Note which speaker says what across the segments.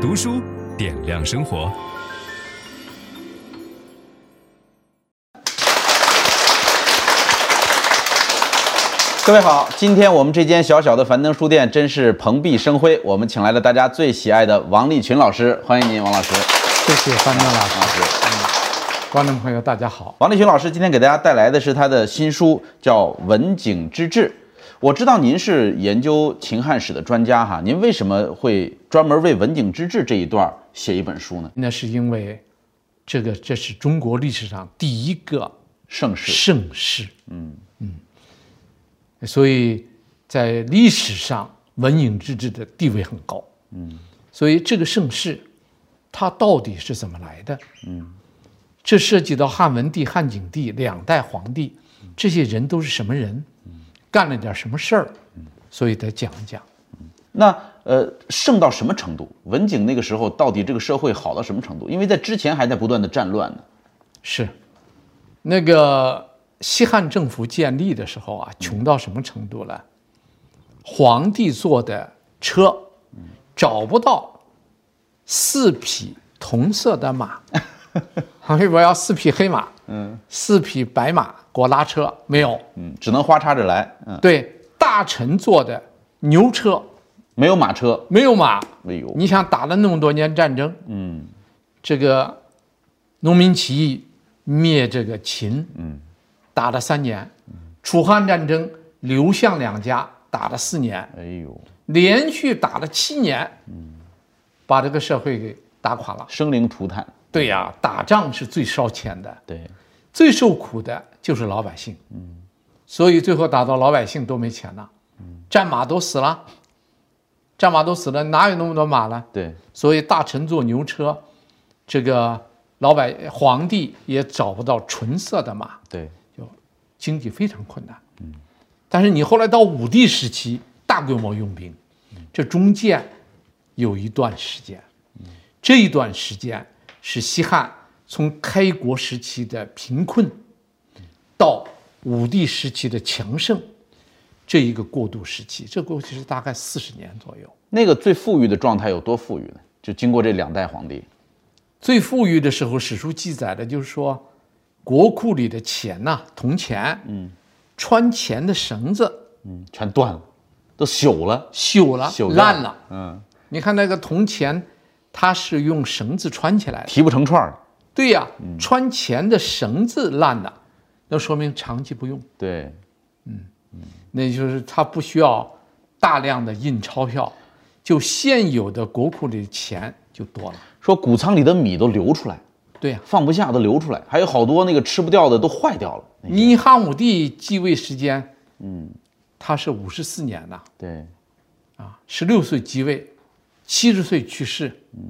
Speaker 1: 读书点亮生活。
Speaker 2: 各位好，今天我们这间小小的樊登书店真是蓬荜生辉，我们请来了大家最喜爱的王立群老师，欢迎您，王老师。
Speaker 3: 谢谢范正老
Speaker 2: 老
Speaker 3: 师，嗯
Speaker 2: 师，
Speaker 3: 观众朋友大家好。
Speaker 2: 王立群老师今天给大家带来的是他的新书，叫《文景之治》。我知道您是研究秦汉史的专家哈，您为什么会专门为文景之治这一段儿写一本书呢？
Speaker 3: 那是因为这个，这是中国历史上第一个
Speaker 2: 盛世，
Speaker 3: 盛世。嗯嗯，所以在历史上文颖之治的地位很高。嗯，所以这个盛世，它到底是怎么来的？嗯，这涉及到汉文帝、汉景帝两代皇帝，这些人都是什么人？干了点什么事儿？所以得讲一讲。
Speaker 2: 那呃盛到什么程度？文景那个时候到底这个社会好到什么程度？因为在之前还在不断的战乱呢。
Speaker 3: 是，那个西汉政府建立的时候啊，穷到什么程度了？皇帝坐的车找不到四匹同色的 马，皇帝我要四匹黑马，嗯，四匹白马给我拉车没有？
Speaker 2: 嗯，只能花插着来，嗯，
Speaker 3: 对，大臣坐的牛车
Speaker 2: 没有马车，
Speaker 3: 没有马，
Speaker 2: 哎呦，
Speaker 3: 你想打了那么多年战争，嗯，这个农民起义灭这个秦，嗯，打了三年，楚汉战争刘项两家打了四年，
Speaker 2: 哎呦，
Speaker 3: 连续打了七年，嗯，把这个社会给打垮了。
Speaker 2: 生灵涂炭，
Speaker 3: 对呀、打仗是最烧钱的，
Speaker 2: 对，
Speaker 3: 最受苦的就是老百姓，嗯，嗯所以最后打到老百姓都没钱了，战马都死了，战马都死了，哪有那么多马了？
Speaker 2: 对，
Speaker 3: 所以大臣坐牛车，这个老百皇帝也找不到纯色的马，
Speaker 2: 对，
Speaker 3: 经济非常困难。嗯，但是你后来到武帝时期，大规模用兵，这中间有一段时间，这一段时间是西汉从开国时期的贫困，到武帝时期的强盛，这一个过渡时期，这过渡期是大概四十年左右。
Speaker 2: 那个最富裕的状态有多富裕呢？就经过这两代皇帝，
Speaker 3: 最富裕的时候，史书记载的就是说，国库里的钱呐、铜钱，嗯，穿钱的绳子
Speaker 2: 嗯，全断了，都朽了，
Speaker 3: 朽了、
Speaker 2: 朽掉
Speaker 3: 烂了。
Speaker 2: 嗯，
Speaker 3: 你看那个铜钱，它是用绳子穿起来的。
Speaker 2: 提不成串儿了。
Speaker 3: 对呀、穿钱的绳子烂了，那说明长期不用，
Speaker 2: 对，
Speaker 3: 那就是它不需要大量的印钞票，就现有的国库里的钱就多了。
Speaker 2: 说谷仓里的米都流出来，
Speaker 3: 对呀、
Speaker 2: 放不下都流出来，还有好多那个吃不掉的都坏掉了。
Speaker 3: 你汉武帝继位时间，嗯，他是五十四年呐、
Speaker 2: 对，
Speaker 3: 十六岁即位，七十岁去世。嗯，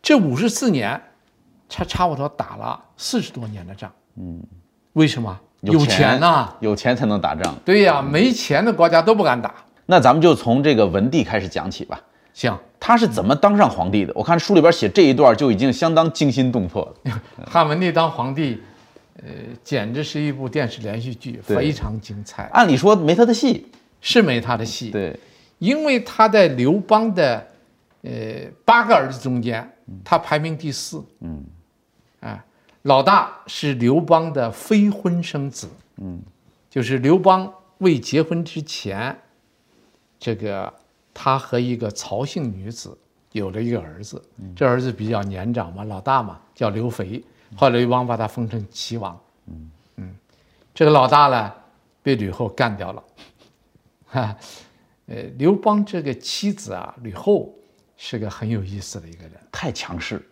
Speaker 3: 这五十四年，他差不多打了四十多年的仗。嗯，为什么？钱呐、
Speaker 2: 有钱才能打仗。
Speaker 3: 对呀、没钱的国家都不敢打。
Speaker 2: 那咱们就从这个文帝开始讲起吧，
Speaker 3: 行，
Speaker 2: 他是怎么当上皇帝的？我看书里边写这一段就已经相当惊心动魄了。
Speaker 3: 汉文帝当皇帝，呃，简直是一部电视连续剧，
Speaker 2: 对
Speaker 3: 非常精彩，
Speaker 2: 按理说没他的戏，
Speaker 3: 是没他的戏。
Speaker 2: 对，
Speaker 3: 因为他在刘邦的呃八个儿子中间，他排名第四。嗯，啊，老大是刘邦的非婚生子。嗯，就是刘邦未结婚之前，这个他和一个曹姓女子有了一个儿子，这儿子比较年长嘛，老大嘛，叫刘肥。后来刘邦把他封成齐王。嗯嗯，这个老大呢，被吕后干掉了。哈，呃，刘邦这个妻子啊，吕后是个很有意思的一个人。
Speaker 2: 太强势了。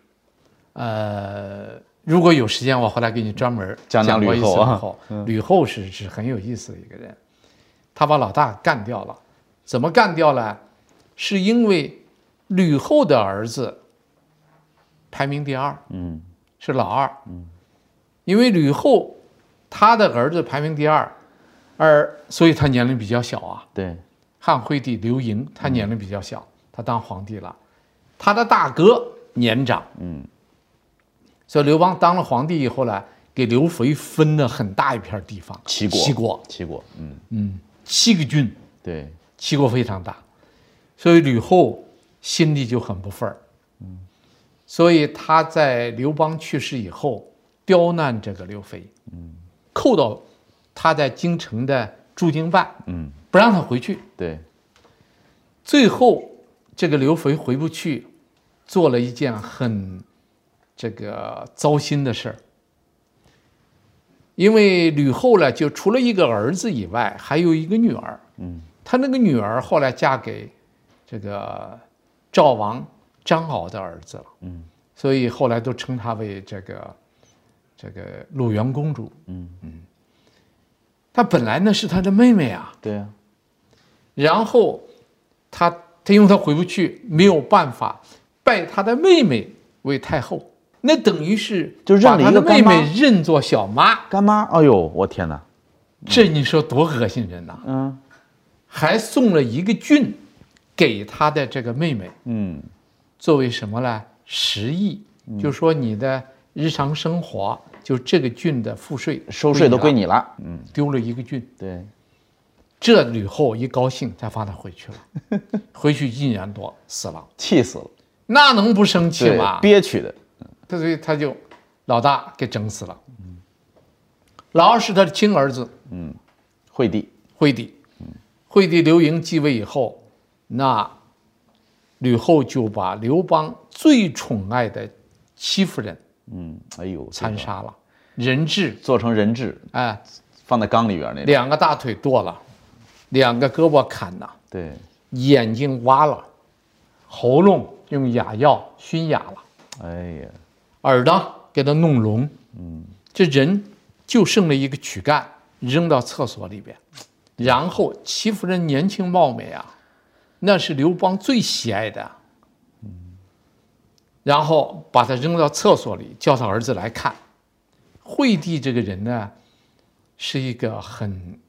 Speaker 3: 呃，如果有时间，我后来给你专门
Speaker 2: 讲讲
Speaker 3: 讲过一
Speaker 2: 吕后
Speaker 3: 次吕
Speaker 2: 啊
Speaker 3: 后。吕后是是很有意思的一个人，他把老大干掉了，怎么干掉呢？是因为吕后的儿子排名第二，
Speaker 2: 嗯，
Speaker 3: 是老二，嗯，因为吕后她的儿子排名第二，而所以他年龄比较小啊，
Speaker 2: 对，
Speaker 3: 汉惠帝刘盈，他年龄比较小，
Speaker 2: 嗯
Speaker 3: 他当皇帝了，他的大哥年长，嗯，所以刘邦当了皇帝以后呢，给刘肥分了很大一片地方，
Speaker 2: 齐国，
Speaker 3: 齐国，
Speaker 2: 齐国，嗯，
Speaker 3: 七个郡，
Speaker 2: 对，
Speaker 3: 齐国非常大，所以吕后心里就很不忿儿，
Speaker 2: 嗯
Speaker 3: 所以他在刘邦去世以后刁难这个刘肥，
Speaker 2: 嗯
Speaker 3: 扣到他在京城的驻京办，
Speaker 2: 嗯，
Speaker 3: 不让他回去。
Speaker 2: 对，
Speaker 3: 最后这个刘肥回不去，做了一件很这个糟心的事儿。因为吕后呢，就除了一个儿子以外，还有一个女儿。嗯，她那个女儿后来嫁给这个赵王张敖的儿子了。嗯，所以后来都称她为这个这个鲁元公主。嗯嗯，她本来呢是她的妹妹啊。
Speaker 2: 对啊，
Speaker 3: 然后他他因为他回不去，没有办法拜他的妹妹为太后，那等于是
Speaker 2: 就认
Speaker 3: 把
Speaker 2: 了
Speaker 3: 他
Speaker 2: 一
Speaker 3: 的
Speaker 2: 个
Speaker 3: 妹
Speaker 2: 干妈
Speaker 3: 妹认作小妈，
Speaker 2: 干妈，哎呦，我天哪，
Speaker 3: 这你说多恶心人呐！
Speaker 2: 嗯
Speaker 3: 还送了一个郡给他的这个妹妹，
Speaker 2: 嗯
Speaker 3: 作为什么呢？食邑，就说你的日常生活，就这个郡的赋税
Speaker 2: 收税都归
Speaker 3: 你
Speaker 2: 你了，嗯，
Speaker 3: 了，丢了一个郡。
Speaker 2: 对，
Speaker 3: 这吕后一高兴，才放他回去了， 回去一年多死了。
Speaker 2: 气死了，
Speaker 3: 那能不生气
Speaker 2: 对
Speaker 3: 吗，？
Speaker 2: 憋屈的，
Speaker 3: 他所以他就老大给整死了。老二是他的亲儿子
Speaker 2: 惠帝，
Speaker 3: 惠帝，惠帝刘盈继位以后，那吕后就把刘邦最宠爱的戚夫人
Speaker 2: 嗯，哎呦，这
Speaker 3: 残
Speaker 2: 个
Speaker 3: 杀了，人质
Speaker 2: 做成人质，
Speaker 3: 哎，
Speaker 2: 放在缸里边那种，
Speaker 3: 两个大腿剁了，两个胳膊砍了，
Speaker 2: 对，
Speaker 3: 眼睛挖了，喉咙用哑药熏哑了。
Speaker 2: 哎呀，
Speaker 3: 耳朵给他弄聋，嗯，这人就剩了一个躯干，扔到厕所里边。然后戚夫人年轻貌美啊，那是刘邦最喜爱的，嗯，然后把他扔到厕所里，叫他儿子来看。惠帝这个人呢，是一个很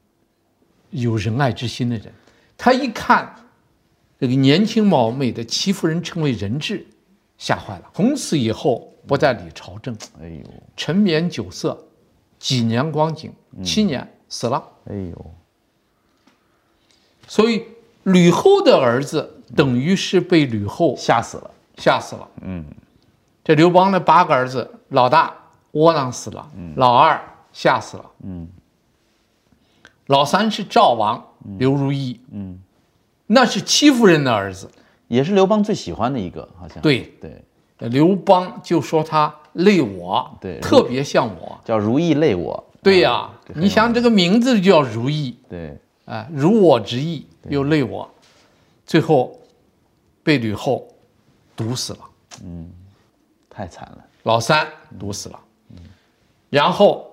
Speaker 3: 有仁爱之心的人，他一看这个年轻貌美的戚夫人成为人质，吓坏了。从此以后不再理朝政，
Speaker 2: 哎呦，
Speaker 3: 沉湎酒色，几年光景，七年死了。
Speaker 2: 哎呦，
Speaker 3: 所以吕后的儿子等于是被吕后
Speaker 2: 吓死了，
Speaker 3: 吓死了。嗯，这刘邦的八个儿子，老大窝囊死了，
Speaker 2: 嗯
Speaker 3: 老二吓死了，嗯，老三是赵王刘如意，嗯，那是戚夫人的儿子。
Speaker 2: 也是刘邦最喜欢的一个，好像，
Speaker 3: 对
Speaker 2: 对，
Speaker 3: 刘邦就说他累我，
Speaker 2: 对
Speaker 3: 特别像我。
Speaker 2: 叫如意累我，
Speaker 3: 对呀、你想嗯这个名字就叫如意，
Speaker 2: 对，
Speaker 3: 啊，如我之意，又累我，最后被吕后毒死了，
Speaker 2: 太惨了，
Speaker 3: 老三毒死了，然后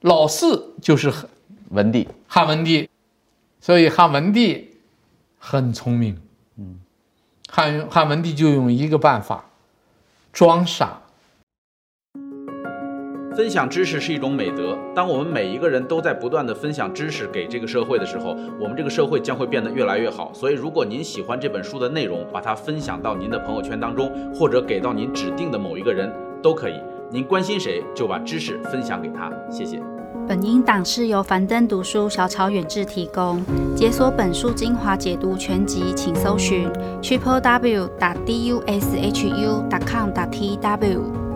Speaker 3: 老四就是汉
Speaker 2: 文帝，
Speaker 3: 汉文帝，所以汉文帝很聪明，嗯，汉汉文帝就用一个办法，装傻，
Speaker 2: 分享知识是一种美德。当我们每一个人都在不断的分享知识给这个社会的时候，我们这个社会将会变得越来越好。所以，如果您喜欢这本书的内容，把它分享到您的朋友圈当中，或者给到您指定的某一个人都可以。您关心谁，就把知识分享给他。谢谢。
Speaker 4: 本音档是由樊登读书小草远志提供。解锁本书精华解读全集，请搜寻 triple w 打 d u s h u 打 com 打 t w。